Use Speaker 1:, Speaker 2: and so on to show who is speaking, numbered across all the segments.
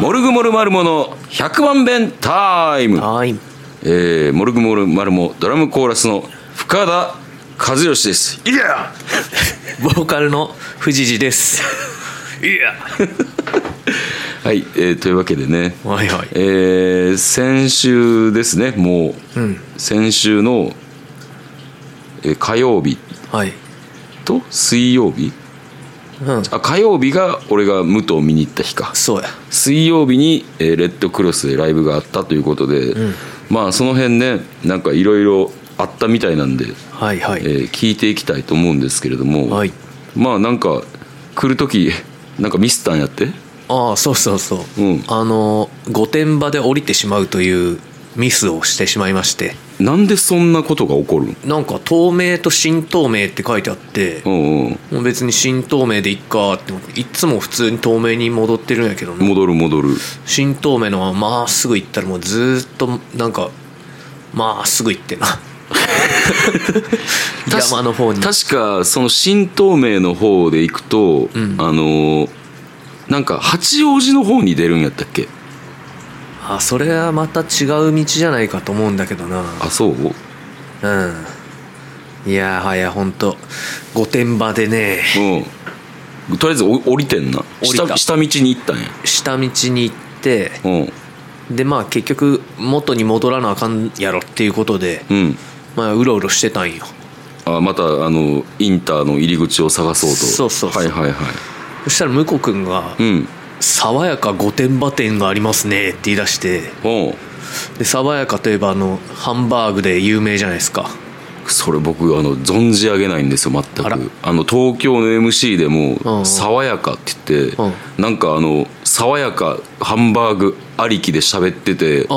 Speaker 1: モルグモルマルモの100万弁タイム、
Speaker 2: はい。
Speaker 1: えー、モルグモルマルモドラムコーラスの深田和義ですいや
Speaker 2: ボーカルの藤次です。いや。
Speaker 1: はい、えーというわけでね、
Speaker 2: はいはい
Speaker 1: えー先週ですねもう、先週の、えー火曜日
Speaker 2: はい。
Speaker 1: と水曜日
Speaker 2: うん。
Speaker 1: あ火曜日が俺が武藤を見に行った日か
Speaker 2: そうや。
Speaker 1: 水曜日に、えーレッドクロスでライブがあったということで、まあその辺ねなんかいろいろあったみたいなんで、
Speaker 2: はいは
Speaker 1: え
Speaker 2: い。
Speaker 1: ー聞いていきたいと思うんですけれども、
Speaker 2: はい
Speaker 1: まあなんか来る時なんかミスったんやって
Speaker 2: ああ、そうそうそう。
Speaker 1: うん
Speaker 2: あの、御殿場で降りてしまうというミスをしてしまいまして。
Speaker 1: なんでそんなことが起こるん
Speaker 2: なんか透明と新透明って書いてあって、
Speaker 1: うんうん
Speaker 2: もう別に新透明でいっかって思って、いつも普通に透明に戻ってるんやけどね。
Speaker 1: 戻る戻る
Speaker 2: 新東名のまままっすぐ行ったらもうずーっとなんかまっすぐ行ってな 山の方に
Speaker 1: 確かその新東名の方で行くと、あのーなんか八王子の方に出るんやったっけ
Speaker 2: あそれはまた違う道じゃないかと思うんだけどな
Speaker 1: あそう
Speaker 2: うんいやはやほんと御殿場でね
Speaker 1: うんとりあえずお降りてんな
Speaker 2: 降り
Speaker 1: 下
Speaker 2: た
Speaker 1: 下道に行ったんや
Speaker 2: 下道に行って
Speaker 1: うん
Speaker 2: でまあ結局元に戻らなあかんやろっていうことで、
Speaker 1: うん
Speaker 2: まあうろうろしてたんよ
Speaker 1: あまたあのインターの入り口を探そうと
Speaker 2: そうそうそう
Speaker 1: はいはいはい
Speaker 2: そしたら向こくんが
Speaker 1: うん
Speaker 2: 「爽やか御殿場店がありますね」って言い出して
Speaker 1: おう
Speaker 2: で爽やかといえばあのハンバーグで有名じゃないですか
Speaker 1: それ僕あの存じ上げないんですよ全く
Speaker 2: あら
Speaker 1: あの東京の MC で
Speaker 2: うんう
Speaker 1: も「
Speaker 2: ん
Speaker 1: 爽やか」って言って、
Speaker 2: うん
Speaker 1: なんかあの「爽やかハンバーグありき」で喋ってて、
Speaker 2: う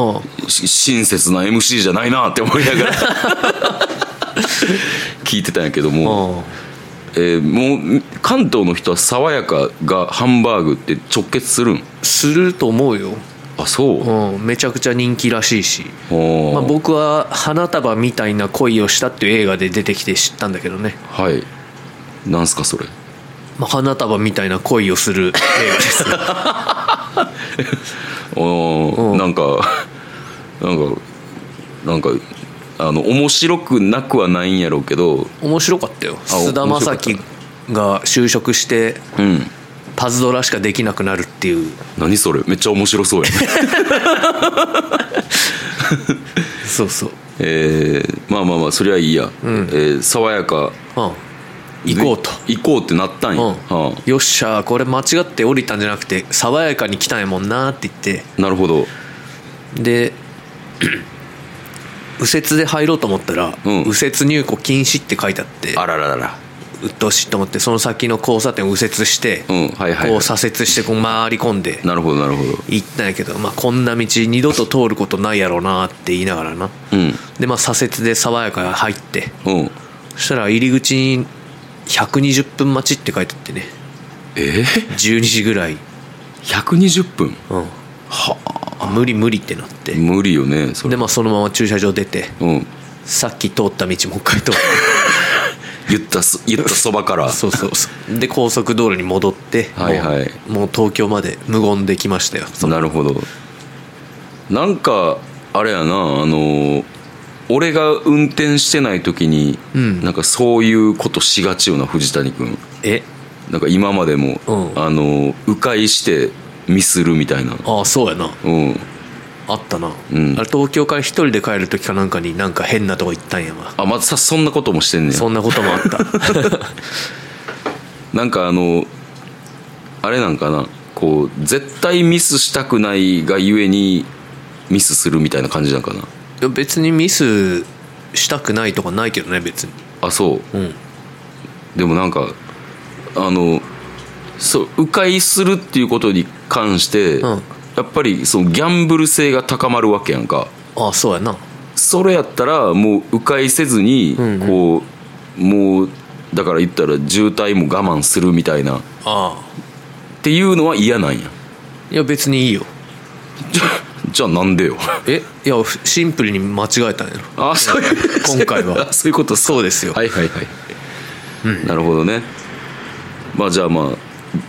Speaker 1: し親切な MC じゃないなって思いなが ら聞いてたんやけども、
Speaker 2: うん
Speaker 1: えーもう関東の人は「爽やか」がハンバーグって直結するん
Speaker 2: すると思うよ、
Speaker 1: あそ
Speaker 2: う
Speaker 1: う、
Speaker 2: ん、めちゃくちゃ人気らしいし、
Speaker 1: おー
Speaker 2: まあ、僕は「花束みたいな恋をした」っていう映画で出てきて知ったんだけどね、
Speaker 1: はいなんすかそれ
Speaker 2: まあ、花束みたいな恋をする映画です
Speaker 1: おーなんか なんかなんかあの面白くなくはないんやろうけど
Speaker 2: 面白かったよ
Speaker 1: あお
Speaker 2: 菅田将暉が就職して
Speaker 1: うん
Speaker 2: パズドラしかできなくなるっていう
Speaker 1: 何それめっちゃ面 白そうや、ね、
Speaker 2: そうそう
Speaker 1: えーまあまあまあそりゃいいや、えー爽や
Speaker 2: う
Speaker 1: か
Speaker 2: ん行こうと
Speaker 1: 行こうってなったんや、
Speaker 2: うん
Speaker 1: は
Speaker 2: よっしゃーこれ間違って降りたんじゃなくて爽やかに来たんやもんなーって言って
Speaker 1: あ、なるほど
Speaker 2: で 右折で入ろうと思ったら、
Speaker 1: うん
Speaker 2: 右折入庫禁止って書いてあって
Speaker 1: あらららら
Speaker 2: うっとうしいと思ってその先の交差点を右折して、
Speaker 1: うんはいはいはい
Speaker 2: こう左折してこう回り込んで
Speaker 1: なるほどなるほど
Speaker 2: 行ったんやけど、まあ、こんな道二度と通ることないやろうなって言いながらな、
Speaker 1: うん
Speaker 2: でまあ左折で爽やかが入って
Speaker 1: うん
Speaker 2: そしたら入り口に120分待ちって書いてあってね
Speaker 1: えー、
Speaker 2: 12時ぐらい、
Speaker 1: 120分
Speaker 2: うん、は無理無理ってなって
Speaker 1: 無理よねそ
Speaker 2: で
Speaker 1: れ
Speaker 2: まあそのまま駐車場出て
Speaker 1: うん
Speaker 2: さっき通った道もう一回通って
Speaker 1: 言っ たそ言った そばから
Speaker 2: そうそうそうで高速道路に戻って
Speaker 1: はいはい
Speaker 2: もうもう東京まで無言できましたよ
Speaker 1: なるほどなんかあれやなあのー俺が運転してない時に、
Speaker 2: ん
Speaker 1: なんかそういうことしがちよな藤谷君
Speaker 2: え
Speaker 1: なんか今までも、
Speaker 2: うん
Speaker 1: あのー迂回してミスるみたいな
Speaker 2: ああそうやな
Speaker 1: うん
Speaker 2: あったな、
Speaker 1: ん
Speaker 2: あれ東京から一人で帰る時かなんかになんか変なとこ行ったんやわ
Speaker 1: あまたさそんなこともしてんね
Speaker 2: そ
Speaker 1: や
Speaker 2: んなこともあった
Speaker 1: なんかあのーあれなんかなこう絶対ミスしたくないがゆえにミスするみたいな感じなんか な
Speaker 2: 別にミスしたくないとかないけどね別に
Speaker 1: あそう
Speaker 2: うん
Speaker 1: でもなんかあのそう迂回するっていうことに関して、
Speaker 2: うん
Speaker 1: やっぱりそのギャンブル性が高まるわけやんか
Speaker 2: ああそうやな
Speaker 1: それやったらもう迂回せずに、
Speaker 2: んうん
Speaker 1: こうもうだから言ったら渋滞も我慢するみたいなっ
Speaker 2: ああ
Speaker 1: ていうのは嫌なんや
Speaker 2: いや別にいいよ
Speaker 1: じゃじゃあなんでよ
Speaker 2: えいやふシンプルに間違えたんやろ
Speaker 1: あそういう
Speaker 2: 今回は
Speaker 1: そういうこと
Speaker 2: そうですよ
Speaker 1: はいはいはいなるほどねまあじゃあま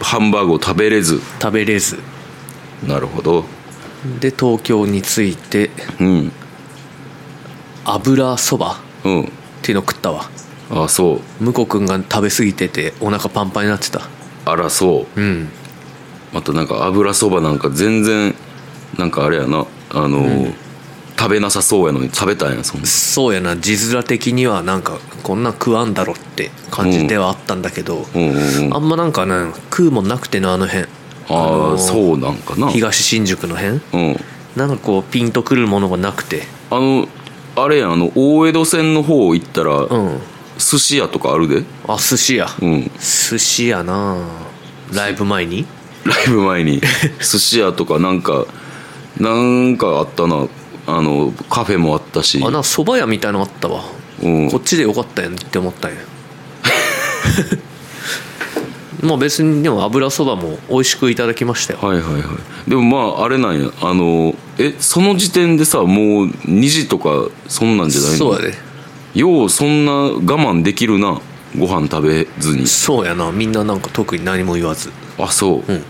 Speaker 1: あハンバーグを食べれず
Speaker 2: 食べれず
Speaker 1: なるほど
Speaker 2: で東京に着いて
Speaker 1: うん
Speaker 2: 油そばっ
Speaker 1: うん
Speaker 2: ていうの食ったわ
Speaker 1: あそう
Speaker 2: 向こう君が食べ過ぎててお腹パンパンになってた
Speaker 1: あらそう
Speaker 2: うん
Speaker 1: またなんか油そばなんか全然なんかあれやなあのー食べなさそうやのに食べたんやそんな
Speaker 2: そうやな字面的にはなんかこんなん食わんだろって感じではあったんだけど、
Speaker 1: うんうんうん
Speaker 2: あんまなんかね食うもんなくてなあの辺
Speaker 1: あ
Speaker 2: の
Speaker 1: あそうなんかな
Speaker 2: 東新宿の辺
Speaker 1: うん
Speaker 2: なんかこうピンとくるものがなくて
Speaker 1: あのあれやんあの大江戸線の方行ったら
Speaker 2: うん
Speaker 1: 寿司屋とかあるで
Speaker 2: あ寿司屋、
Speaker 1: うん
Speaker 2: 寿司屋なライブ前に
Speaker 1: ライブ 前に寿司屋とかなんかなんかあったなあのカフェもあったし
Speaker 2: あなんか蕎麦屋みたいなのあったわ、
Speaker 1: うん
Speaker 2: こっちでよかったやんって思った んやまあ別にでも油そばも美味しくいただきましたよ
Speaker 1: はいはいはいでもまああれなんやあのえその時点でさもう2時とかそんなんじゃないの
Speaker 2: そうやで
Speaker 1: ようそんな我慢できるなご飯食べずに
Speaker 2: そうやなみんななんか特に何も言わず
Speaker 1: あそう、
Speaker 2: うん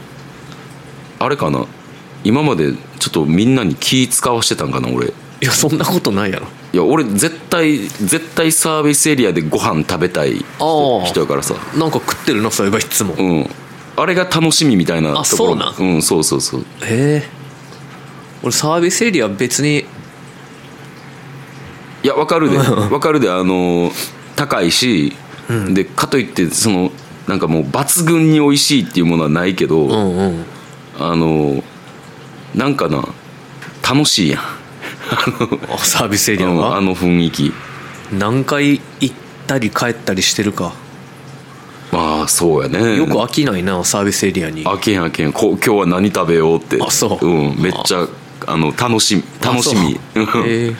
Speaker 1: あれかな今までちょっとみんなに気使わしてたんかな俺い
Speaker 2: いやそんなことないやろ
Speaker 1: や俺絶対絶対サービスエリアでご飯食べたい
Speaker 2: あ
Speaker 1: 人
Speaker 2: あ
Speaker 1: 人やからさ
Speaker 2: なんか食ってるなそういえばいつも
Speaker 1: う
Speaker 2: へ
Speaker 1: んあれが楽しみみたいなところ
Speaker 2: あそうなん
Speaker 1: うんそうそうそう
Speaker 2: え俺サービスエリア別に
Speaker 1: いやわかるでわかるであのー高いし、でかといってそのなんかもう抜群に美味しいっていうものはないけど、
Speaker 2: うんうん
Speaker 1: あのーなんかな楽 しいやんあの
Speaker 2: あサービスエリア
Speaker 1: うんあ
Speaker 2: は
Speaker 1: の雰囲気
Speaker 2: 何回行ったり帰ったりしてるか
Speaker 1: まあそうやね
Speaker 2: よく飽きないなサービスエリアに
Speaker 1: あけんあけんこ今日は何食べようって
Speaker 2: あそう
Speaker 1: うん、めっちゃあの楽しみ楽しみ
Speaker 2: あそうへえ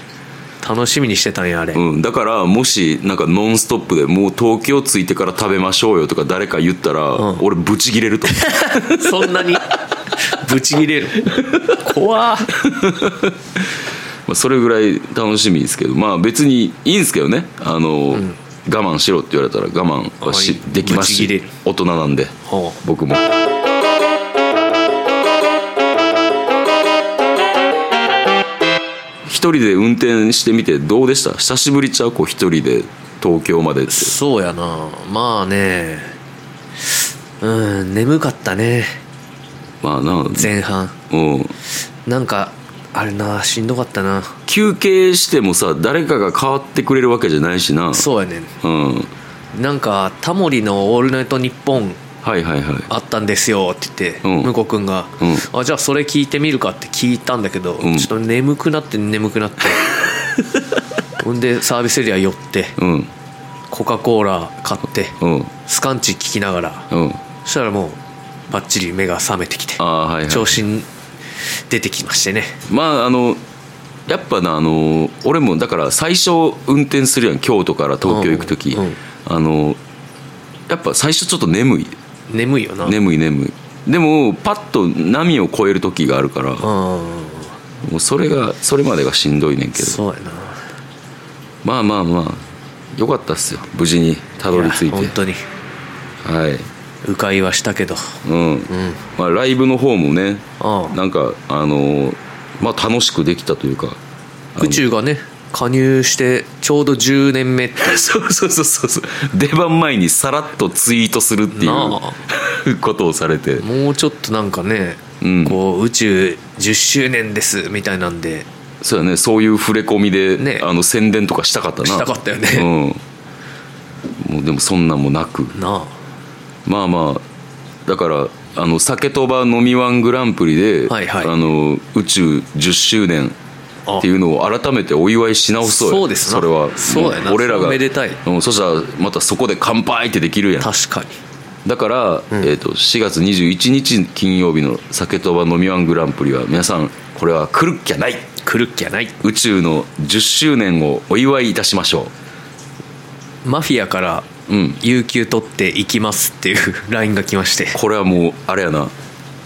Speaker 2: 楽しみにしてたんやあれ、
Speaker 1: うん、だからもしなんかノンストップでもう東京着いてから食べましょうよとか誰か言ったら、
Speaker 2: うん
Speaker 1: 俺ブチギレると思う
Speaker 2: そんな にブチギレる怖っ
Speaker 1: まあ、それぐらい楽しみですけどまあ別にいいんですけどねあの、我慢しろって言われたら我慢はし
Speaker 2: あいい
Speaker 1: できます
Speaker 2: ぶち切れ
Speaker 1: し
Speaker 2: る
Speaker 1: 大人なんで
Speaker 2: ほ
Speaker 1: 僕も一人で運転してみてどうでした久しぶりちゃうこう一人で東京までって
Speaker 2: そうやなまあねうん眠かったね
Speaker 1: まあな
Speaker 2: 前半
Speaker 1: うん
Speaker 2: なんかあれなしんどかったな
Speaker 1: 休憩してもさ誰かが変わってくれるわけじゃないしな
Speaker 2: そうやね
Speaker 1: うん
Speaker 2: なんかタモリの「オールナイトニッポン」
Speaker 1: はいはいはい
Speaker 2: あったんですよって言って、
Speaker 1: うん
Speaker 2: 向こう君が、
Speaker 1: う
Speaker 2: あ「じゃあそれ聞いてみるか」って聞いたんだけど、
Speaker 1: ん
Speaker 2: ちょっと眠くなって眠 くなってほんでサービスエリア寄って
Speaker 1: うん
Speaker 2: コカ・コーラ買って
Speaker 1: うん
Speaker 2: スカンチ聞きながら
Speaker 1: うん
Speaker 2: そしたらもうバッチリ目が覚めてきて
Speaker 1: ああはいはい
Speaker 2: 調子に出てきましてね
Speaker 1: まああのやっぱなあの俺もだから最初運転するやん京都から東京行く時、
Speaker 2: うんうん
Speaker 1: あのやっぱ最初ちょっと眠い
Speaker 2: 眠いよな、
Speaker 1: 眠い眠いでもパッと波を越える時があるから
Speaker 2: う
Speaker 1: も
Speaker 2: ん
Speaker 1: うそれがそれまでがしんどいねんけど
Speaker 2: そうやな
Speaker 1: まあまあまあよかったっすよ無事にたどり着い
Speaker 2: や本
Speaker 1: て
Speaker 2: 当に
Speaker 1: はい
Speaker 2: 迂回はしたけど
Speaker 1: う
Speaker 2: う
Speaker 1: ん、
Speaker 2: ん
Speaker 1: まあ、ライブの方もね
Speaker 2: ああ
Speaker 1: なんかあのまあ楽しくできたというか
Speaker 2: 宇宙がね加入してちょうど10年目って
Speaker 1: そうそうそうそうそう出番前にさらっとツイートするってい
Speaker 2: な
Speaker 1: う ことをされて
Speaker 2: もうちょっとなんかね、
Speaker 1: うん
Speaker 2: こう宇宙10周年ですみたいなんで
Speaker 1: そうやねそういう触れ込みで、
Speaker 2: ね
Speaker 1: あの宣伝とかしたかったな
Speaker 2: したかったよね
Speaker 1: うん、もうでもそんなんもなく
Speaker 2: なあ
Speaker 1: まあまあだからあの酒とば飲みワングランプリで、
Speaker 2: はいはい
Speaker 1: あの宇宙10周年
Speaker 2: あ
Speaker 1: っていうのを改めてお祝いし直そうよ
Speaker 2: そうですな
Speaker 1: それは
Speaker 2: そうやな
Speaker 1: も俺ら
Speaker 2: それ
Speaker 1: が
Speaker 2: はめでたい
Speaker 1: うん、そしたらまたそこで乾杯ってできるやん
Speaker 2: 確かに
Speaker 1: だから、えー、と4月21日金曜日の「酒とば飲みワングランプリ」は皆さんこれは来るっきゃない
Speaker 2: 来るっきゃない
Speaker 1: 宇宙の10周年をお祝いいたしましょ
Speaker 2: マフィアから
Speaker 1: ううん
Speaker 2: 有給取っていきますっていう LINE が来まして
Speaker 1: これはもうあれやな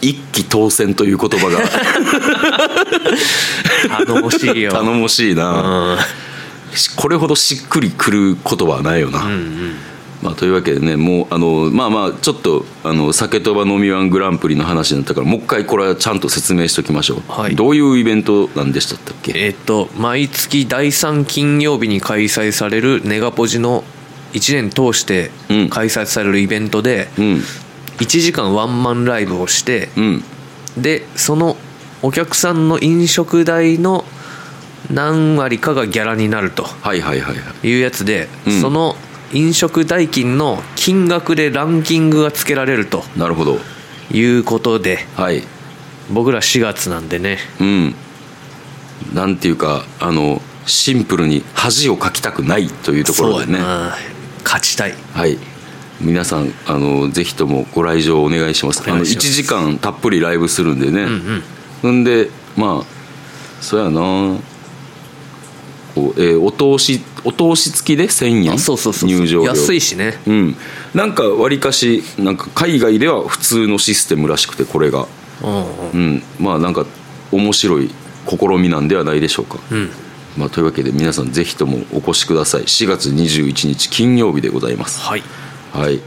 Speaker 1: 一気当選という言 葉が
Speaker 2: 頼もしいよ
Speaker 1: 頼もしい
Speaker 2: う
Speaker 1: な、
Speaker 2: ん
Speaker 1: しこれほどしっくりくる言葉はないよな、
Speaker 2: うんうん
Speaker 1: まあ、というわけでねもうあのまあまあちょっとあの酒とば飲みワングランプリの話になったからもう一回これはちゃんと説明しておきましょう、
Speaker 2: はい
Speaker 1: どういうイベントなんでしたっけ
Speaker 2: えっと毎月第3金曜日に開催されるネガポジの1年通して
Speaker 1: うん
Speaker 2: 開催されるイベントで
Speaker 1: うん
Speaker 2: 1時間ワンマンライブをして
Speaker 1: うん
Speaker 2: でそのお客さんの飲食代の何割かがギャラになると
Speaker 1: はいはいはいはい
Speaker 2: いうやつで、
Speaker 1: うん
Speaker 2: その飲食代金の金額でランキングがつけられると
Speaker 1: なるほど
Speaker 2: いうことで
Speaker 1: はい
Speaker 2: 僕ら4月なんでね
Speaker 1: うんなんていうかあのシンプルに恥をかきたくないというところでね
Speaker 2: そうやな勝ちたい
Speaker 1: はい皆さんあのぜひともご来場お願いします
Speaker 2: お願いします
Speaker 1: あの1時間たっぷりライブするんでね、
Speaker 2: うんうん
Speaker 1: んでまあそうやなこう、えーお通しお通し付きで1000円
Speaker 2: そうそうそう
Speaker 1: 入場料
Speaker 2: 安いしね
Speaker 1: うんなんかわりかしなんか海外では普通のシステムらしくてこれが
Speaker 2: うんうん
Speaker 1: うんまあなんか面白い試みなんではないでしょうか、
Speaker 2: うん
Speaker 1: まあ、というわけで皆さんぜひともお越しください4月21日金曜日でございます
Speaker 2: はい
Speaker 1: はい。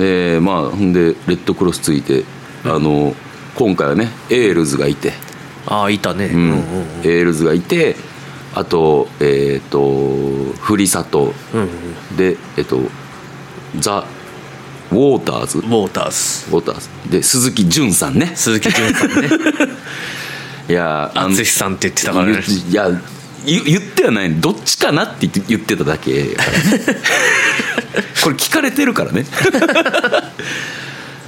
Speaker 1: えー、まあほんでレッドクロスついて、あの今回はねエールズがいて、
Speaker 2: ああいたねう
Speaker 1: うんん
Speaker 2: うんうん
Speaker 1: エールズがいてあとえっ、とふりさと
Speaker 2: うんうん
Speaker 1: でえっ、とザ・ウォーターズウ
Speaker 2: ウォーターズ
Speaker 1: ォーターズで鈴木純さんね
Speaker 2: 鈴木純さんね
Speaker 1: いやーあの
Speaker 2: 淳さんって言ってたからね
Speaker 1: 言いや言言ってはないどっちかなって言って言ってただけ これ聞かれてるからね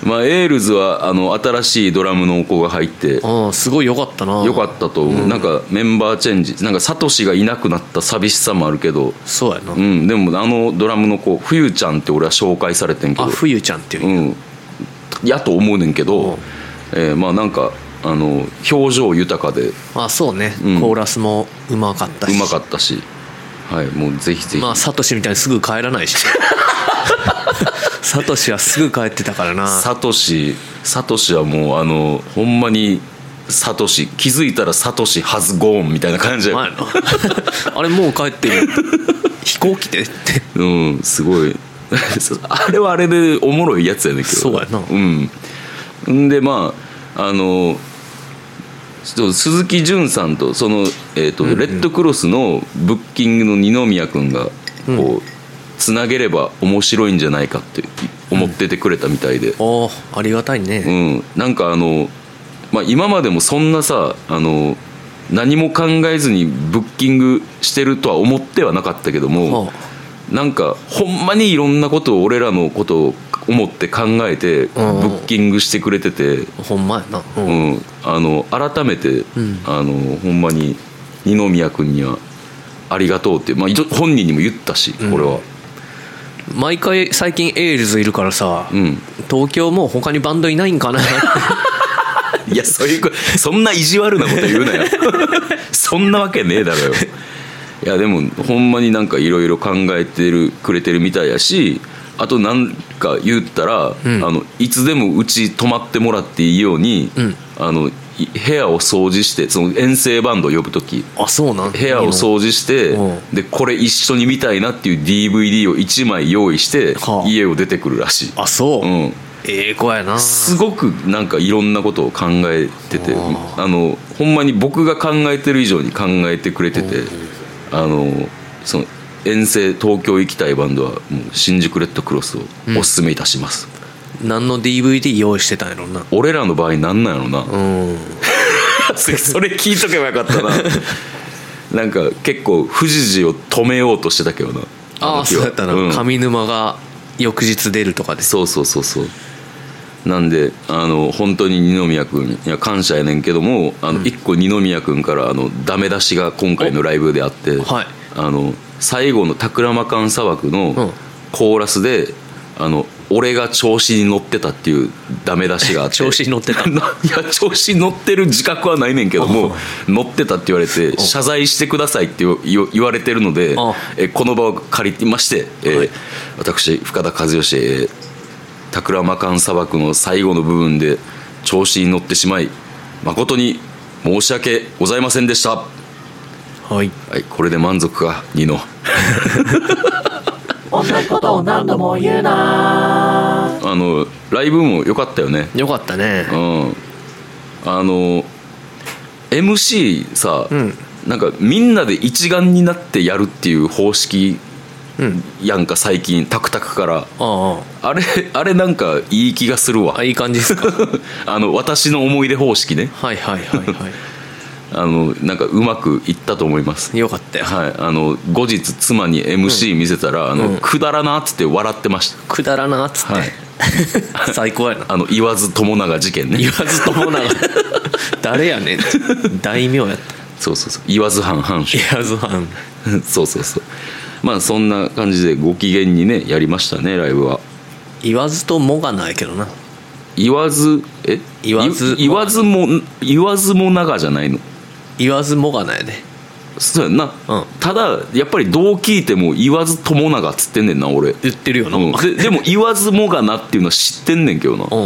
Speaker 1: まあエールズはあの新しいドラムの子が入って
Speaker 2: ああすごい良かったな
Speaker 1: よかったと思う、なんかメンバーチェンジなんかサトシがいなくなった寂しさもあるけど
Speaker 2: そうやな
Speaker 1: うんでもあのドラムの子冬ちゃんって俺は紹介されてんけ
Speaker 2: あ
Speaker 1: ど
Speaker 2: 冬ちゃんっていう
Speaker 1: うん、やと思うねんけ
Speaker 2: う
Speaker 1: ど
Speaker 2: ん、
Speaker 1: えーまあなんかあの表情豊かで
Speaker 2: あそうね、
Speaker 1: うん
Speaker 2: コーラスもうまかったし
Speaker 1: うまかったし、はい、もうぜひぜひ、
Speaker 2: まあサトシみたいにすぐ帰らない しサトシはすぐ帰ってたからな
Speaker 1: サトシサトシはもうあのほんまにサトシ気づいたらサトシハズゴーンみたいな感じ
Speaker 2: お
Speaker 1: や
Speaker 2: 前の あれもう帰ってる飛行機でって
Speaker 1: うんすごい あれはあれでおもろいやつやねんけど
Speaker 2: そうやなん
Speaker 1: んでまああのちょっと鈴木潤さんとその、えーとレッドクロスのブッキングの二宮君がこう、つなげれば面白いんじゃないかって思っててくれたみたいで、
Speaker 2: おおありがたいね、
Speaker 1: うん、なんかあの、まあ、今までもそんなさあの何も考えずにブッキングしてるとは思ってはなかったけども、
Speaker 2: は
Speaker 1: なんかほんまにいろんなことを俺らのことを思って考えてブ
Speaker 2: うん
Speaker 1: ッキングしてくれてて、
Speaker 2: ほんまやなう、
Speaker 1: うんんあの改めて、
Speaker 2: ん
Speaker 1: あのほんまに二宮君にはありがとうって、まあ、一応本人にも言ったしこれは、
Speaker 2: 毎回最近エールズいるからさ、
Speaker 1: うん
Speaker 2: 東京もう他にバンドいないんかな
Speaker 1: いやそういうこ そんな意地悪なこと言うなよそんなわけねえだろよいやでもほんまになんかいろいろ考えてるくれてるみたいやしあとなんか言ったら、
Speaker 2: ん
Speaker 1: あのいつでもうち泊まってもらっていいように、
Speaker 2: ん
Speaker 1: あのい部屋を掃除してその遠征バンド呼ぶ時
Speaker 2: あそうなん
Speaker 1: 部屋を
Speaker 2: う
Speaker 1: 掃除して
Speaker 2: うん
Speaker 1: でこれ一緒に見たいなっていう DVD を1枚用意して
Speaker 2: はあ
Speaker 1: 家を出てくるらしい、
Speaker 2: あそう、
Speaker 1: うん、
Speaker 2: ええ子やな
Speaker 1: すごくなんかいろんなことを考えてて
Speaker 2: あ
Speaker 1: あのほんまに僕が考えてる以上に考えてくれててあのその遠征東京行きたいバンドはもう新宿レッドクロスをおすすめいたします、
Speaker 2: 何の DVD 用意してたんやろな
Speaker 1: 俺らの場合なんなんやろな、
Speaker 2: うん
Speaker 1: それそれ聞いとけばよかったな なんか結構富士寺を止めようとしてたけどな
Speaker 2: あ
Speaker 1: の
Speaker 2: あ
Speaker 1: 日
Speaker 2: そ
Speaker 1: は
Speaker 2: うやったな、
Speaker 1: うん
Speaker 2: 上沼が翌日出るとかで
Speaker 1: そうそうそうそうなんであの本当に二宮君いや感謝やねんけどもあの一個二宮君からあのダメ出しが今回のライブであって、
Speaker 2: はい
Speaker 1: あの最後の「タクラマカン砂漠」
Speaker 2: ん
Speaker 1: のコーラスで、あの俺が調子に乗ってたっていうダメ出しがあって
Speaker 2: 調子に乗ってた
Speaker 1: いや調子に乗ってる自覚はないねんけども乗ってたって言われて謝罪してくださいって言わ言わ言われてるので
Speaker 2: あ
Speaker 1: えこの場を借りまして、えー
Speaker 2: はい
Speaker 1: 私深田和義えータクラマカン砂漠の最後の部分で調子に乗ってしまい誠に申し訳ございませんでした
Speaker 2: はい
Speaker 1: はい、これで満足かニノ同じことを何度も言うなあのライブも良かったよね
Speaker 2: よかったね
Speaker 1: うんあの MC さ、
Speaker 2: うん
Speaker 1: なんかみんなで一丸になってやるっていう方式
Speaker 2: うん
Speaker 1: やんか最近タクタクから
Speaker 2: あ
Speaker 1: あれあれなんかいい気がする
Speaker 2: あ
Speaker 1: わ
Speaker 2: あいい感じですか
Speaker 1: あの私の思い出方式ね
Speaker 2: はいはいはいは
Speaker 1: あのなんかうまくいったと思います
Speaker 2: いよかったよ
Speaker 1: はいあの後日妻に MC 見せたら、あのくだらなっつって笑ってまし
Speaker 2: くだらなっつって、
Speaker 1: はい
Speaker 2: 最高やな
Speaker 1: たあの言わず友永事件
Speaker 2: 言
Speaker 1: ね
Speaker 2: わずともな が誰やねんって大名やっ
Speaker 1: そうそうそう言わず半半
Speaker 2: た
Speaker 1: 主
Speaker 2: 言わずはん
Speaker 1: そうそうそうまあそんな感じでご機嫌にねやりましたねライブは
Speaker 2: 言わずともがないけどな
Speaker 1: 言わずえ
Speaker 2: 言わず
Speaker 1: い言わずも言わずも長じゃないの
Speaker 2: 言わずもがないね
Speaker 1: そうやんな、
Speaker 2: うん
Speaker 1: ただやっぱりどう聞いても言わず友永っつってんねんな俺
Speaker 2: 言ってるよな
Speaker 1: うん、ででも言わずもがなっていうのは知ってんねんけどな
Speaker 2: う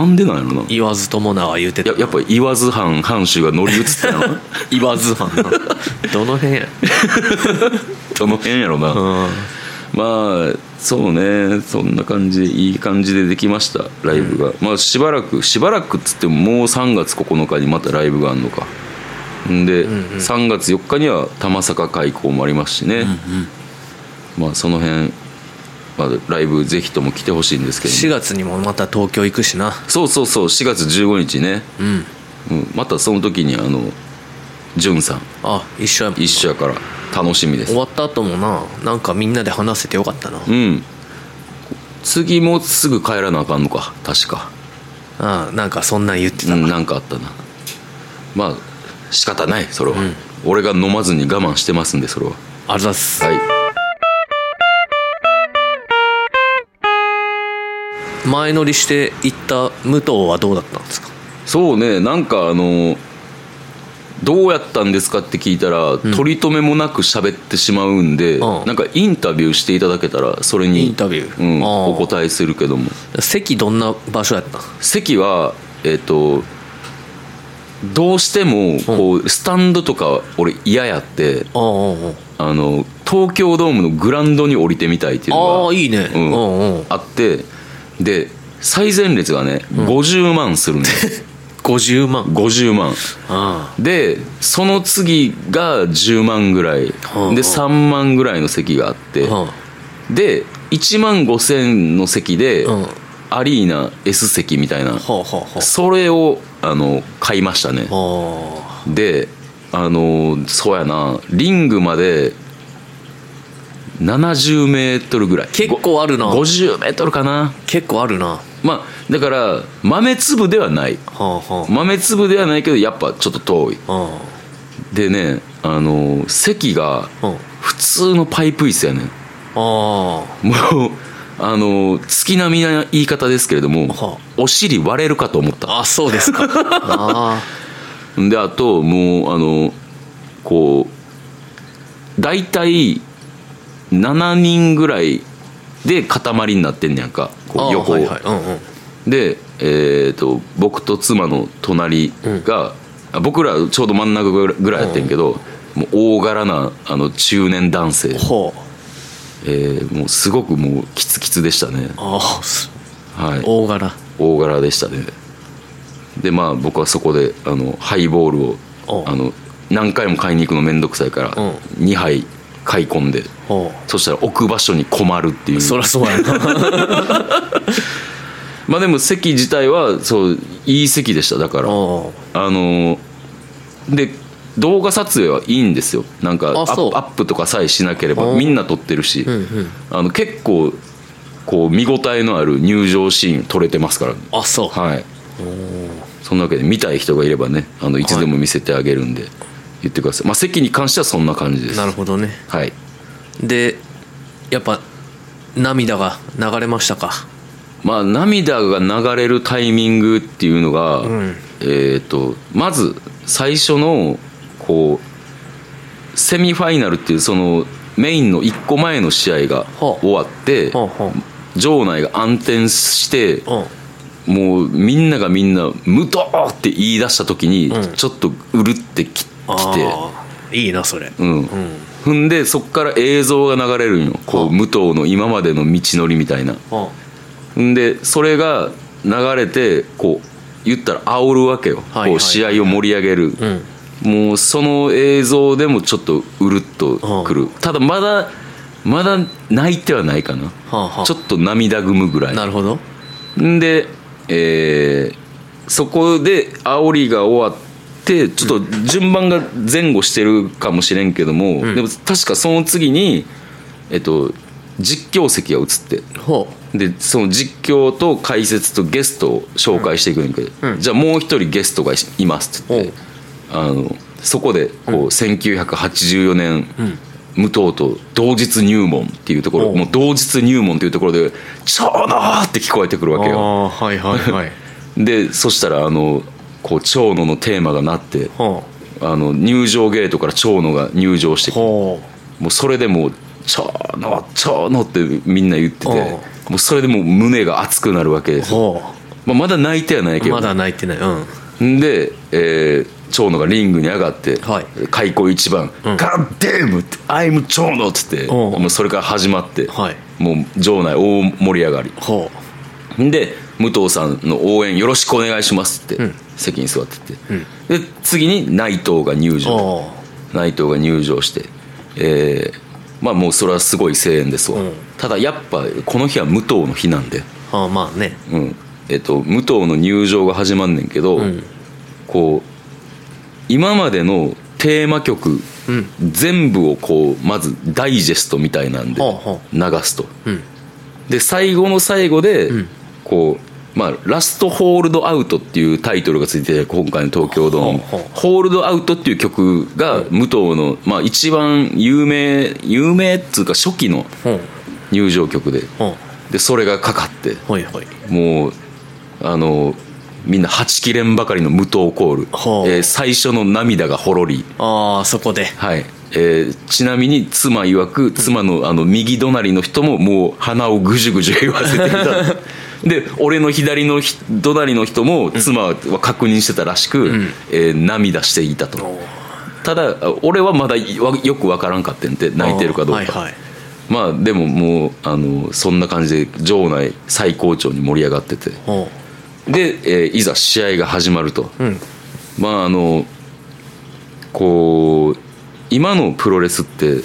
Speaker 2: ん
Speaker 1: なんでなんやろな
Speaker 2: 言わずともなは言うてた
Speaker 1: ややっぱ言わず藩藩主が乗り移ったや ろ
Speaker 2: 言わずはんな どの辺や
Speaker 1: どの辺やろな、
Speaker 2: うん
Speaker 1: まあそうねそんな感じでいい感じでできましたライブが、まあしばらくしばらくっつってももう3月9日にまたライブがあるのかんで、3月4日には玉坂開港もありますしね、まあその辺、まあ、ライブぜひとも来てほしいんですけども
Speaker 2: 4月にもまた東京行くしな
Speaker 1: そうそうそう4月15日ね、
Speaker 2: うん
Speaker 1: うん、またその時にあのじゅんさん
Speaker 2: あ一緒やもん
Speaker 1: 一緒やから楽しみです
Speaker 2: 終わった後もななんかみんなで話せてよかったな
Speaker 1: うん次もすぐ帰らなあかんのか確か
Speaker 2: ああなんかそんなん言って
Speaker 1: う
Speaker 2: た
Speaker 1: ん
Speaker 2: な
Speaker 1: なんかあったなまあ仕方ないそれは、俺が飲まずに我慢してますんでそれは
Speaker 2: ありがとうございます
Speaker 1: はい
Speaker 2: 前乗りして行った武藤はどうだったんですか
Speaker 1: そうねなんかあのどうやったんですかって聞いたら、取り留めもなく喋ってしまうんで、
Speaker 2: うん
Speaker 1: なんかインタビューしていただけたらそれに
Speaker 2: インタビュー
Speaker 1: うん
Speaker 2: あー
Speaker 1: お答えするけども
Speaker 2: 席どんな場所やったん
Speaker 1: 席はえっ、とどうしてもこう、スタンドとか俺嫌やって
Speaker 2: ああああ
Speaker 1: あの東京ドームのグラウンドに降りてみたいっていうのが
Speaker 2: ああいいね、
Speaker 1: う
Speaker 2: うんん、うんうん
Speaker 1: あってで最前列がね50万する んです、
Speaker 2: 50万
Speaker 1: 50万
Speaker 2: あ
Speaker 1: でその次が10万ぐらいで
Speaker 2: あはあ
Speaker 1: 3万ぐらいの席があって
Speaker 2: あ、うん、
Speaker 1: で1万5千の席で
Speaker 2: うん
Speaker 1: アリーナ S 席みたいな
Speaker 2: ほうほうほう
Speaker 1: それをあの買いましたね
Speaker 2: あ
Speaker 1: であのそうやなリングまで70メートルぐらい
Speaker 2: 結構あるな
Speaker 1: 50メートルかな
Speaker 2: あ結構あるなは
Speaker 1: まあだから豆粒ではない
Speaker 2: あは
Speaker 1: 豆粒ではないけどやっぱちょっと遠い
Speaker 2: ああ
Speaker 1: でねあの席が
Speaker 2: あうん
Speaker 1: 普通のパイプ椅子やねん
Speaker 2: あ
Speaker 1: もうあの月並みな言い方ですけれども、
Speaker 2: は
Speaker 1: お尻割れるかと思った
Speaker 2: ああそうですかあ
Speaker 1: んであともうあのこう大体7人ぐらいで塊になってんねやんか
Speaker 2: ああ
Speaker 1: こ
Speaker 2: あ
Speaker 1: う横を
Speaker 2: はいはいうんうん
Speaker 1: で、えー、と僕と妻の隣が、あ僕らちょうど真ん中ぐらいやってんけど、もう大柄なあの中年男性、
Speaker 2: ほう
Speaker 1: えーもうすごくもうキツキツでしたね、
Speaker 2: ああす
Speaker 1: はい、
Speaker 2: 大柄
Speaker 1: 大柄でしたねでまあ僕はそこであのハイボールを
Speaker 2: お
Speaker 1: あの何回も買いに行くの面倒くさいから
Speaker 2: うん
Speaker 1: 2杯買い込んで
Speaker 2: ほ
Speaker 1: そしたら置く場所に困るっていう
Speaker 2: うそりゃそうや な
Speaker 1: まあでも席自体はそういい席でしただから
Speaker 2: うん
Speaker 1: あので動画撮影はいいんですよなんかア
Speaker 2: あ
Speaker 1: ッ
Speaker 2: そう
Speaker 1: プアップとかさえしなければ
Speaker 2: うん
Speaker 1: みんな撮ってるし、
Speaker 2: うんうん
Speaker 1: あの結構こう見応えのある入場シーン撮れてますから
Speaker 2: あそう
Speaker 1: はいそんなわけで見たい人がいればねあのいつでも見せてあげるんで言ってください、まあ席に関してはそんな感じです
Speaker 2: なるほどね
Speaker 1: はい
Speaker 2: でやっぱ涙が流れましたか
Speaker 1: まあ涙が流れるタイミングっていうのが、
Speaker 2: ん
Speaker 1: えっ、とまず最初のこうセミファイナルっていうそのメインの1個前の試合が
Speaker 2: ほう
Speaker 1: 終わって、
Speaker 2: ほうほう
Speaker 1: 場内が暗転して、
Speaker 2: うん
Speaker 1: もうみんながみんな「無糖!」って言い出した時にちょっとうるってき,、
Speaker 2: あ
Speaker 1: きて
Speaker 2: あいいなそれ
Speaker 1: うん、踏んでそっから映像が流れるんよこ
Speaker 2: は
Speaker 1: う
Speaker 2: あ
Speaker 1: 武藤の今までの道のりみたいな
Speaker 2: あ
Speaker 1: んでそれが流れてこう言ったら煽るわけよ、
Speaker 2: はい
Speaker 1: こう試合を盛り上げる、
Speaker 2: うん
Speaker 1: もうその映像でもちょっとうるっとくる、ただまだまだ泣いてはないかな、
Speaker 2: はあはあ
Speaker 1: ちょっと涙ぐむぐらい
Speaker 2: なるほど
Speaker 1: んで、えーそこで煽りが終わってちょっと順番が前後してるかもしれんけども、
Speaker 2: ん
Speaker 1: でも確かその次に、えっと、実況席が映って
Speaker 2: ほ
Speaker 1: でその実況と解説とゲストを紹介していくんやけど、
Speaker 2: うんうん
Speaker 1: じゃあもう一人ゲストがいますって言ってあのそこでこう、1984年、
Speaker 2: ん
Speaker 1: 無党と同日入門っていうとこ
Speaker 2: お
Speaker 1: ろ
Speaker 2: う
Speaker 1: もう同日入門っていうところで「ちょうど!」って聞こえてくる
Speaker 2: う
Speaker 1: わけよ
Speaker 2: ああーはいはいはい
Speaker 1: でそしたらあのこう長野のテーマがなって
Speaker 2: ほ
Speaker 1: あの入場ゲートから長野が入場して
Speaker 2: う
Speaker 1: きて
Speaker 2: ほ
Speaker 1: もうそれでもう「長野長野」ってみんな言ってて
Speaker 2: おう
Speaker 1: もうそれでもう胸が熱くなるわけで
Speaker 2: う
Speaker 1: すよ、
Speaker 2: ほ
Speaker 1: まあ、まだ泣いてはないけ
Speaker 2: う
Speaker 1: ど
Speaker 2: まだ泣いてないうん
Speaker 1: で、えー長野がリングに上がって、
Speaker 2: はい
Speaker 1: 開口一番「
Speaker 2: ん
Speaker 1: ガッデーム!」って「アイム長野」っつって
Speaker 2: おう
Speaker 1: もうそれから始まって、
Speaker 2: はい
Speaker 1: もう場内大盛り上がり
Speaker 2: ほ
Speaker 1: で武藤さんの応援よろしくお願いしますって、
Speaker 2: うん
Speaker 1: 席に座ってて、で次に内藤が入
Speaker 2: う
Speaker 1: 場
Speaker 2: ほ
Speaker 1: 内藤が入場してえーまあもうそれはすごい声援ですわ、
Speaker 2: うん
Speaker 1: ただやっぱこの日は武藤の日なんで、
Speaker 2: うああまあね
Speaker 1: うんえっと武藤の入場が始まんねんけど、
Speaker 2: ん
Speaker 1: こう今までのテーマ曲、
Speaker 2: うん
Speaker 1: 全部をこうまずダイジェストみたいなんで
Speaker 2: ほうほ
Speaker 1: 流すと、
Speaker 2: うん
Speaker 1: で最後の最後で、
Speaker 2: ん
Speaker 1: こうまあ、ラストホールドアウトっていうタイトルがついてて今回の東京ドーム
Speaker 2: ほうほう
Speaker 1: ホールドアウトっていう曲が武藤の、まあ、一番有名有名っつうか初期の
Speaker 2: ほう
Speaker 1: 入場曲で
Speaker 2: ほ
Speaker 1: でそれがかかって
Speaker 2: うほいほい
Speaker 1: もうあのみんなはちきれんばかりの無糖コール、
Speaker 2: ほう
Speaker 1: えー最初の涙がほろり、
Speaker 2: ああそこで
Speaker 1: はいえーちなみに妻曰く妻のあの右隣の人ももう鼻をぐじゅぐじゅ言わせていた で俺の左のひ隣の人も妻は確認してたらしく、
Speaker 2: ん
Speaker 1: えー涙していたと
Speaker 2: おー
Speaker 1: ただ俺はまだよよくわからんかってんて泣いてるかどうか、
Speaker 2: はいはい
Speaker 1: まあでももうあのそんな感じで場内最高潮に盛り上がってて
Speaker 2: ほ
Speaker 1: で、えーいざ試合が始まると、
Speaker 2: ううん
Speaker 1: まああのこう今のプロレスって、
Speaker 2: ん
Speaker 1: こ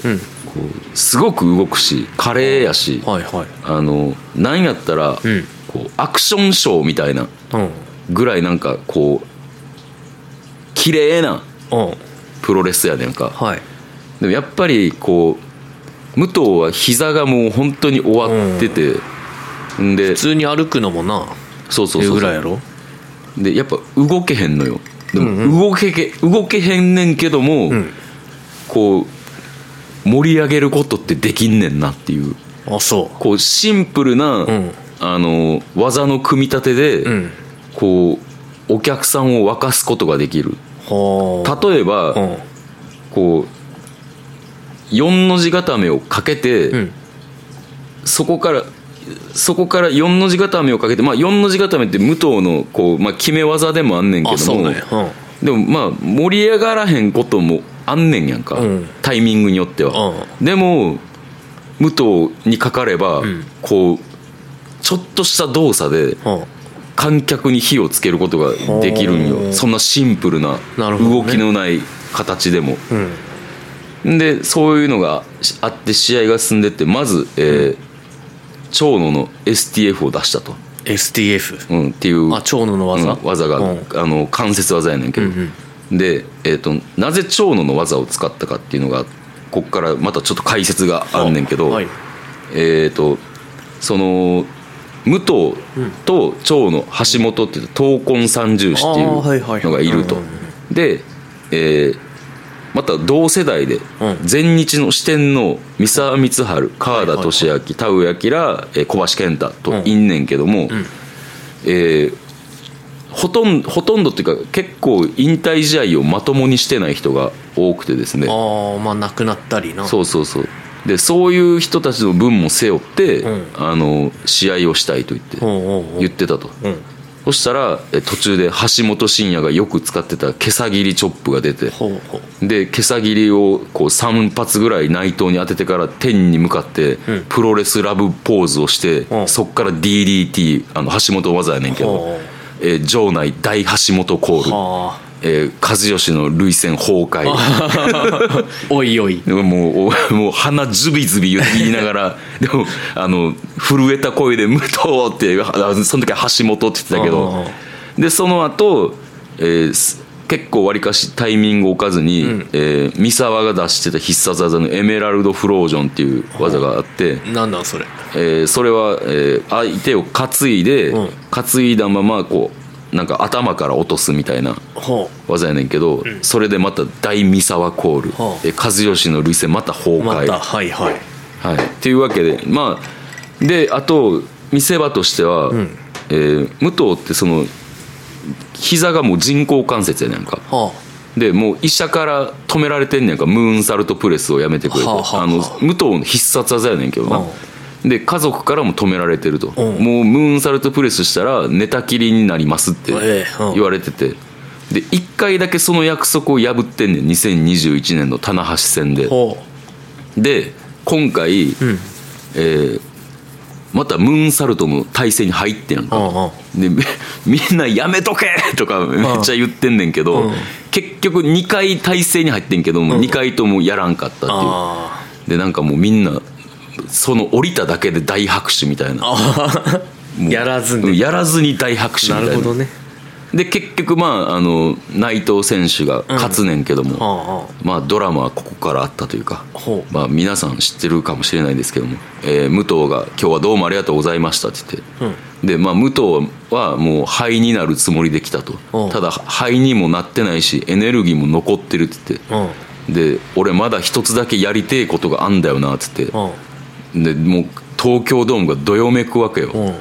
Speaker 1: うすごく動くし華麗やし、
Speaker 2: はいはい
Speaker 1: あのなんやったら、
Speaker 2: うん
Speaker 1: こうアクションショーみたいな
Speaker 2: うん
Speaker 1: ぐらいなんかこう綺麗な
Speaker 2: うん
Speaker 1: プロレスやねんか
Speaker 2: はい
Speaker 1: でもやっぱりこう武藤は膝がもう本当に終わってて、ん、で
Speaker 2: 普通に歩くのもな
Speaker 1: そう
Speaker 2: そ
Speaker 1: そうう
Speaker 2: いう
Speaker 1: そう
Speaker 2: ぐらいやろ
Speaker 1: でやっぱ動けへんのよでも動けけ、動けへんねんけども、
Speaker 2: ん
Speaker 1: こう盛り上げることってできんねんなっていう
Speaker 2: あそ
Speaker 1: こうシンプルな、
Speaker 2: ん
Speaker 1: あの技の組み立てで、
Speaker 2: ううん
Speaker 1: こうお客さんを沸かすことができる
Speaker 2: ほう
Speaker 1: 例えば、
Speaker 2: うん
Speaker 1: こう4の字固めをかけて、
Speaker 2: うん
Speaker 1: そこからそこから4の字固めをかけて、まあ、4の字固めって武藤のこう、まあ、決め技でもあんねんけ
Speaker 2: あ
Speaker 1: ど
Speaker 2: そう
Speaker 1: も、
Speaker 2: ねうん
Speaker 1: でもまあ盛り上がらへんこともあんねんやんか、
Speaker 2: うん
Speaker 1: タイミングによっては、でも武藤にかかれば、
Speaker 2: ん
Speaker 1: こうちょっとした動作で
Speaker 2: ほ
Speaker 1: 観客に火をつけることができるん
Speaker 2: ほう
Speaker 1: よそんなシンプルな
Speaker 2: なるほどね
Speaker 1: 動きのない形でも、
Speaker 2: ううん
Speaker 1: でそういうのがあって試合が進んでってまず、えー長野の STF を出したと、
Speaker 2: STF
Speaker 1: うん、っていう
Speaker 2: あ長野の技
Speaker 1: うん技が、
Speaker 2: うん
Speaker 1: あの関節技やねんけど、
Speaker 2: うん
Speaker 1: で、えー、となぜ長野の技を使ったかっていうのがこっからまたちょっと解説があんねんけど、
Speaker 2: はい
Speaker 1: えっ、とその武藤と長野橋本っていう闘魂三重士ってい
Speaker 2: あーはいはいう
Speaker 1: のがいると
Speaker 2: うんうん
Speaker 1: で、えーまた同世代で
Speaker 2: うん
Speaker 1: 前日の四天王三沢光晴川田俊明田上彰えー小橋健太
Speaker 2: う
Speaker 1: と
Speaker 2: ん
Speaker 1: いんねんけども、
Speaker 2: ん
Speaker 1: えーほとんどほとんどっていうか結構引退試合をまともにしてない人が多くてですね
Speaker 2: ああまあなくなったりな
Speaker 1: そうそうそうでそういう人たちの分も背負って、
Speaker 2: うん
Speaker 1: あの試合をしたいと言って、
Speaker 2: うんうんうん
Speaker 1: 言ってたと、
Speaker 2: うん
Speaker 1: そしたらえ途中で橋本真也がよく使ってた毛さ切りチョップが出て
Speaker 2: ほうほう
Speaker 1: で毛さ切りをこう3発ぐらい内藤に当ててから天に向かって
Speaker 2: うん
Speaker 1: プロレスラブポーズをして、
Speaker 2: うん
Speaker 1: そっから DDT あの橋本技やねんけど
Speaker 2: ほ、
Speaker 1: えー場内大橋本コール、
Speaker 2: はあ
Speaker 1: えー和義の涙腺 崩壊
Speaker 2: おいおい
Speaker 1: でももうおもう鼻ズビズビ言いな がらでもあの震えた声で「武藤!」ってあその時は橋本って言ってたけ
Speaker 2: あ
Speaker 1: どでその後、えーす結構わりかしタイミングを置かずに、えー三沢が出してた必殺技のエメラルドフロージョンっていう技があって、
Speaker 2: なんだそれ
Speaker 1: えーそれは、えー相手を担いで、
Speaker 2: うん
Speaker 1: 担いだままこうなんか頭から落とすみたいな。
Speaker 2: ほ
Speaker 1: 技やねんけど、それでまた大三沢コール、
Speaker 2: はあ
Speaker 1: え和義の涙腺また崩
Speaker 2: う
Speaker 1: 壊、
Speaker 2: またはいはい
Speaker 1: はい、っていうわけでまあであと見せ場としては、
Speaker 2: ん
Speaker 1: えー武藤ってその膝がもう人工関節やねんか
Speaker 2: は
Speaker 1: でもう医者から止められてんねんかムーンサルトプレスをやめてくれと、
Speaker 2: はあはあ
Speaker 1: の武藤の必殺技やねんけどな、
Speaker 2: は
Speaker 1: で家族からも止められてると、
Speaker 2: うん
Speaker 1: もうムーンサルトプレスしたら寝たきりになりますって
Speaker 2: ええうん
Speaker 1: 言われてて、で1回だけその約束を破ってんねん2021年の棚橋戦で
Speaker 2: あほ
Speaker 1: で今回、
Speaker 2: ううん
Speaker 1: えーまたムーンサルトの体勢に入ってんやんか、
Speaker 2: あ
Speaker 1: でみ みんなやめとけとかめっちゃ言ってんねんけど、
Speaker 2: うん
Speaker 1: 結局2回体勢に入ってんけども、2回ともやらんかったっていう
Speaker 2: あ
Speaker 1: でなんかもうみんなその降りただけで大拍手みたいな
Speaker 2: あ
Speaker 1: もう
Speaker 2: やらず
Speaker 1: うん
Speaker 2: に
Speaker 1: やらずに大拍手み
Speaker 2: な
Speaker 1: たいな
Speaker 2: るほどね
Speaker 1: で結局まああの内藤選手が勝つねんけども、
Speaker 2: は
Speaker 1: まあドラマはここからあったというか
Speaker 2: あほ
Speaker 1: まあ、皆さん知ってるかもしれないですけども、えー武藤が「今日はどうもありがとうございました」って言って、で、まあ、武藤はもう灰になるつもりで来たと
Speaker 2: うん
Speaker 1: ただ灰にもなってないしエネルギーも残ってるって言って
Speaker 2: ううん
Speaker 1: で俺まだ一つだけやりてえことがあんだよなって言って
Speaker 2: うん
Speaker 1: でもう東京ドームがどよめくわけよ、
Speaker 2: うん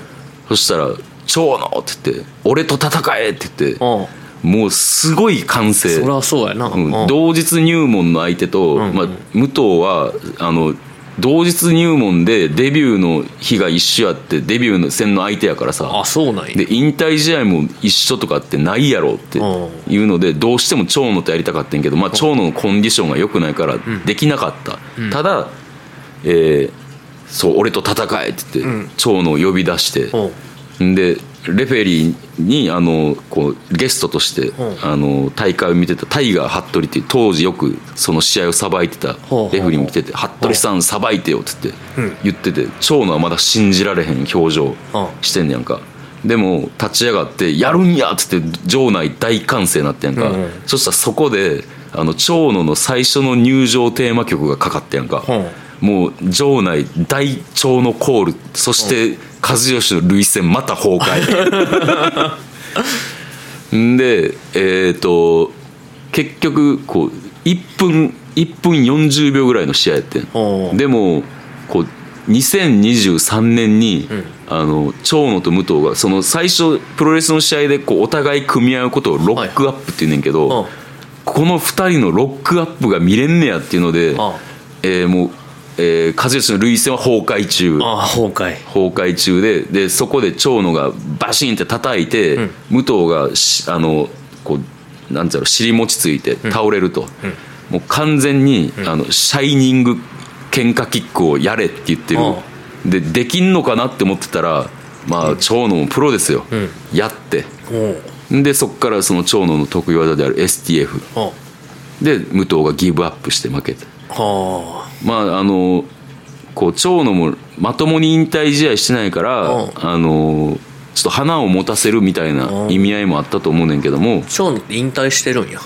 Speaker 1: そしたら「蝶野!」って言って「俺と戦え!」って言って
Speaker 2: うん
Speaker 1: もうすごい歓声
Speaker 2: そりゃそうやなう
Speaker 1: うん
Speaker 2: ん
Speaker 1: 同日入門の相手と、
Speaker 2: んうん
Speaker 1: まあ、武藤はあの同日入門でデビューの日が一緒やってデビューの戦の相手やからさ
Speaker 2: あそうなんや
Speaker 1: で引退試合も一緒とかってないやろって
Speaker 2: うん
Speaker 1: いうのでどうしても長野とやりたかったんけど、まあ、長野のコンディションが良くないからできなかった、ただ、えーそう俺と戦え」って言って、
Speaker 2: ん
Speaker 1: 長野を呼び出して。
Speaker 2: うん
Speaker 1: でレフェリーにあのこうゲストとし
Speaker 2: う
Speaker 1: て、
Speaker 2: ん
Speaker 1: あの大会を見てたタイガー服部っていう当時よくその試合をさばいてたレ
Speaker 2: ほう
Speaker 1: フェリーも来てて「服部さんさばいてよ」っつって
Speaker 2: うん
Speaker 1: 言ってて長野はまだ信じられへん表情してんねやんかでも立ち上がって「やるんや!」っつって場内大歓声になってんやんか、
Speaker 2: うんうん
Speaker 1: そしたらそこであの長野の最初の入場テーマ曲がかかってやんか、
Speaker 2: うん
Speaker 1: もう場内大腸のコールそして和義の涙腺また崩壊ん でえっ、と結局こう1分1分40秒ぐらいの試合やってん
Speaker 2: おう
Speaker 1: でもこう2023年に、あの長野と武藤がその最初プロレスの試合でこうお互い組み合うことをロックアップって言うねんけど、
Speaker 2: はいうん
Speaker 1: この2人のロックアップが見れんねやっていうので、
Speaker 2: あ
Speaker 1: えーもう、えー和義の涙腺は崩壊中
Speaker 2: ああ崩壊
Speaker 1: 崩壊中ででそこで長野がバシンって叩いて、
Speaker 2: ん
Speaker 1: 武藤がしあのこうなんだろう尻餅ついて倒れると、もう完全に、あのシャイニング喧嘩キックをやれって言ってる、
Speaker 2: あ
Speaker 1: でできんのかなって思ってたらまあ長野もプロですよ、
Speaker 2: ん
Speaker 1: やって
Speaker 2: おう
Speaker 1: でそっからその長野の得意技である STF
Speaker 2: うん
Speaker 1: で武藤がギブアップして負けて
Speaker 2: は
Speaker 1: まああのこう長野もまともに引退試合してないから、
Speaker 2: うん
Speaker 1: あのちょっと花を持たせるみたいな
Speaker 2: うん
Speaker 1: 意味合いもあったと思うねんけども、
Speaker 2: あ長野って引退してるんや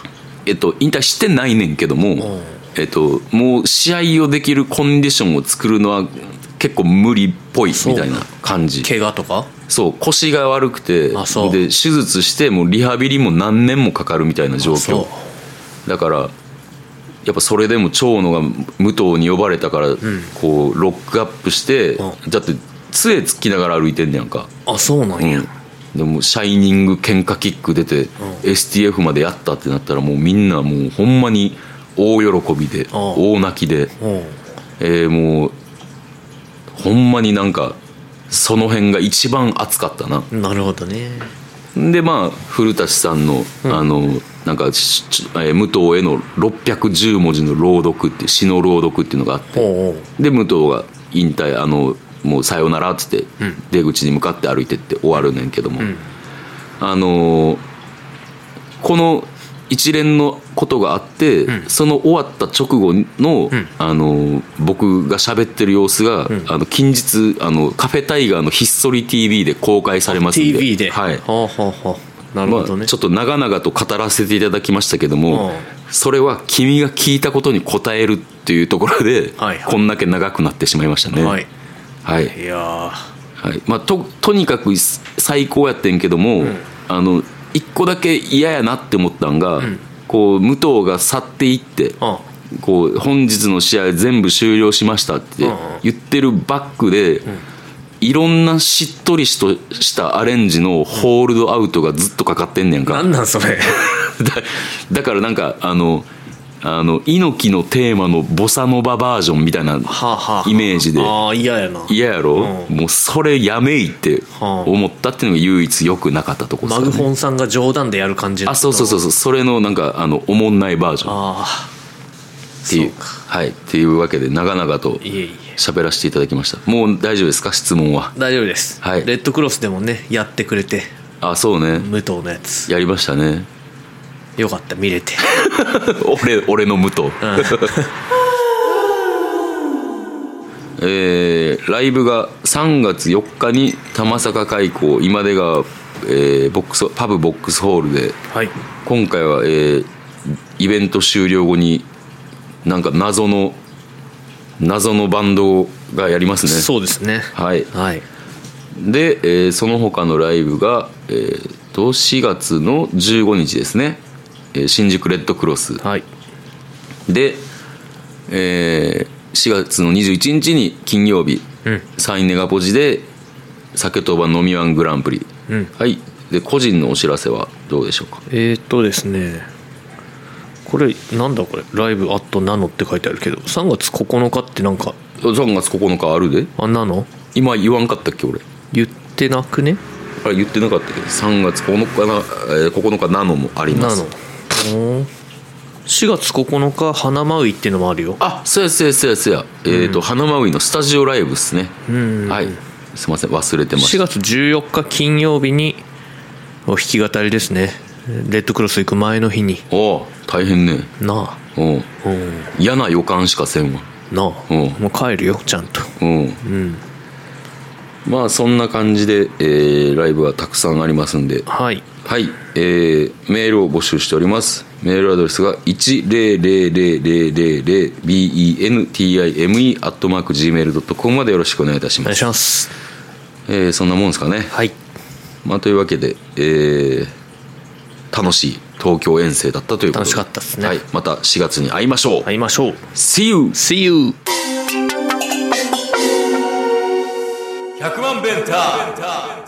Speaker 1: えっと、引退してないねんけども、
Speaker 2: ん
Speaker 1: えっと、もう試合をできるコンディションを作るのは結構無理っぽいみたいな感じ
Speaker 2: 怪我とか
Speaker 1: そう腰が悪くてで
Speaker 2: あそう
Speaker 1: 手術してもうリハビリも何年もかかるみたいな状況
Speaker 2: そ
Speaker 1: だからやっぱそれでも長野が武藤に呼ばれたから、こうロックアップして、
Speaker 2: う
Speaker 1: だって杖つきながら歩いてんねやんか、
Speaker 2: うあそうなんや、
Speaker 1: でもシャイニング喧嘩キック出て、STF までやったってなったらもうみんなもうほんまに大喜びで、大泣きで、
Speaker 2: うん
Speaker 1: えーもうほんまになんかその辺が一番熱かったな
Speaker 2: なるほどね
Speaker 1: でまあ古舘さんの,、あのなんかしちえー武藤への610文字の朗読っていう詩の朗読っていうのがあって
Speaker 2: おうおう
Speaker 1: で武藤が引退あのもうさようならっつって出口に向かって歩いてって終わるねんけども、あのーこの一連のことがあって、その終わった直後の、あのー僕が喋ってる様子が、あの近日あのカフェタイガーのひっそり TV で公開されますんで
Speaker 2: TV で
Speaker 1: はい
Speaker 2: ほうほうほうなるほど
Speaker 1: ま
Speaker 2: ね、
Speaker 1: あ、ちょっと長々と語らせていただきましたけども、
Speaker 2: うん
Speaker 1: それは君が聞いたことに答えるっていうところで、
Speaker 2: はいはい
Speaker 1: こんだけ長くなってしまいましたね
Speaker 2: はい
Speaker 1: はい
Speaker 2: いや
Speaker 1: はいまあ、ととにかく最高やってんけども、あの一個だけ嫌やなって思ったんが、こう武藤が去っていって、
Speaker 2: ー
Speaker 1: こう本日の試合全部終了しましたって
Speaker 2: うんうん
Speaker 1: 言ってるバックで、いろんなしっとりしとしたアレンジのホールドアウトがずっとかかってんねんか、
Speaker 2: なんなんそれ
Speaker 1: だだからなんかあのあの猪木のテーマのボサノババージョンみたいな
Speaker 2: はあ、はあ、
Speaker 1: イメージで
Speaker 2: ああ嫌やな
Speaker 1: 嫌やろ、
Speaker 2: う
Speaker 1: もうそれやめいって思ったっていうのが唯一良くなかったとこっす
Speaker 2: マ
Speaker 1: かね
Speaker 2: グホンさんが冗談でやる感じ
Speaker 1: あそうそうそう
Speaker 2: う
Speaker 1: そうそれのなんかあのおもんないバージョンっ
Speaker 2: ああ
Speaker 1: ていう
Speaker 2: そうか
Speaker 1: はいっていうわけで長々と
Speaker 2: いえいえ
Speaker 1: 喋らせていただきましたもう大丈夫ですか質問は
Speaker 2: 大丈夫です、
Speaker 1: はい
Speaker 2: レッドクロスでもねやってくれて
Speaker 1: あそうね
Speaker 2: 武藤のやつ
Speaker 1: やりました ね
Speaker 2: よかった見れて
Speaker 1: 俺俺の武藤、 えーライブが3月4日に玉坂開港今出川、えーボックスパブボックスホールで
Speaker 2: はい
Speaker 1: 今回は、えーイベント終了後になんか謎の謎のバンドがやりますね
Speaker 2: そうですね
Speaker 1: はい
Speaker 2: はい
Speaker 1: で、えーその他のライブが、えーと4月の15日ですね、えー新宿レッドクロス
Speaker 2: はい
Speaker 1: で、えー4月の21日に金曜日、
Speaker 2: うん
Speaker 1: サインネガポジで酒とば飲みワングランプリ、
Speaker 2: うん
Speaker 1: はいで個人のお知らせはどうでしょうか
Speaker 2: えー、っとですねこれなんだこれライブあとナノって書いてあるけど3月9日ってなんか
Speaker 1: 3月9日あるで
Speaker 2: あナノ
Speaker 1: 今言わんかったっけ俺
Speaker 2: 言ってなくね
Speaker 1: あれ言ってなかったっけど3月9日な、えー9日なのもありま
Speaker 2: ナノ
Speaker 1: す
Speaker 2: うん4月9日花舞いっていうのもあるよ
Speaker 1: あそうやそうやそうやそうや、えっ、と花まういのスタジオライブっすねはいすいません忘れてまし
Speaker 2: 4
Speaker 1: た
Speaker 2: 月14日金曜日にお弾き語りですねレッドクロス行く前の日に
Speaker 1: おお大変ね
Speaker 2: な
Speaker 1: おう
Speaker 2: あうん
Speaker 1: 嫌な予感しかせんわ
Speaker 2: なあ
Speaker 1: うん
Speaker 2: もう帰るよちゃんと
Speaker 1: うん、
Speaker 2: うん
Speaker 1: まあそんな感じで、えーライブはたくさんありますんで
Speaker 2: はい
Speaker 1: はい、えーメールを募集しておりますメールアドレスが 1000000bentime.gmail.com までよろしくお願いいたし
Speaker 2: お願
Speaker 1: ま
Speaker 2: い
Speaker 1: す
Speaker 2: します
Speaker 1: えーそんなもんですかね
Speaker 2: はい
Speaker 1: まあ、というわけで、えー楽しい東京遠征だったということ
Speaker 2: 楽
Speaker 1: で
Speaker 2: しかったっすね
Speaker 1: はい、また4月に会いましょう、
Speaker 2: 会いましょう
Speaker 1: See you!
Speaker 2: See you!
Speaker 3: 100万ベンター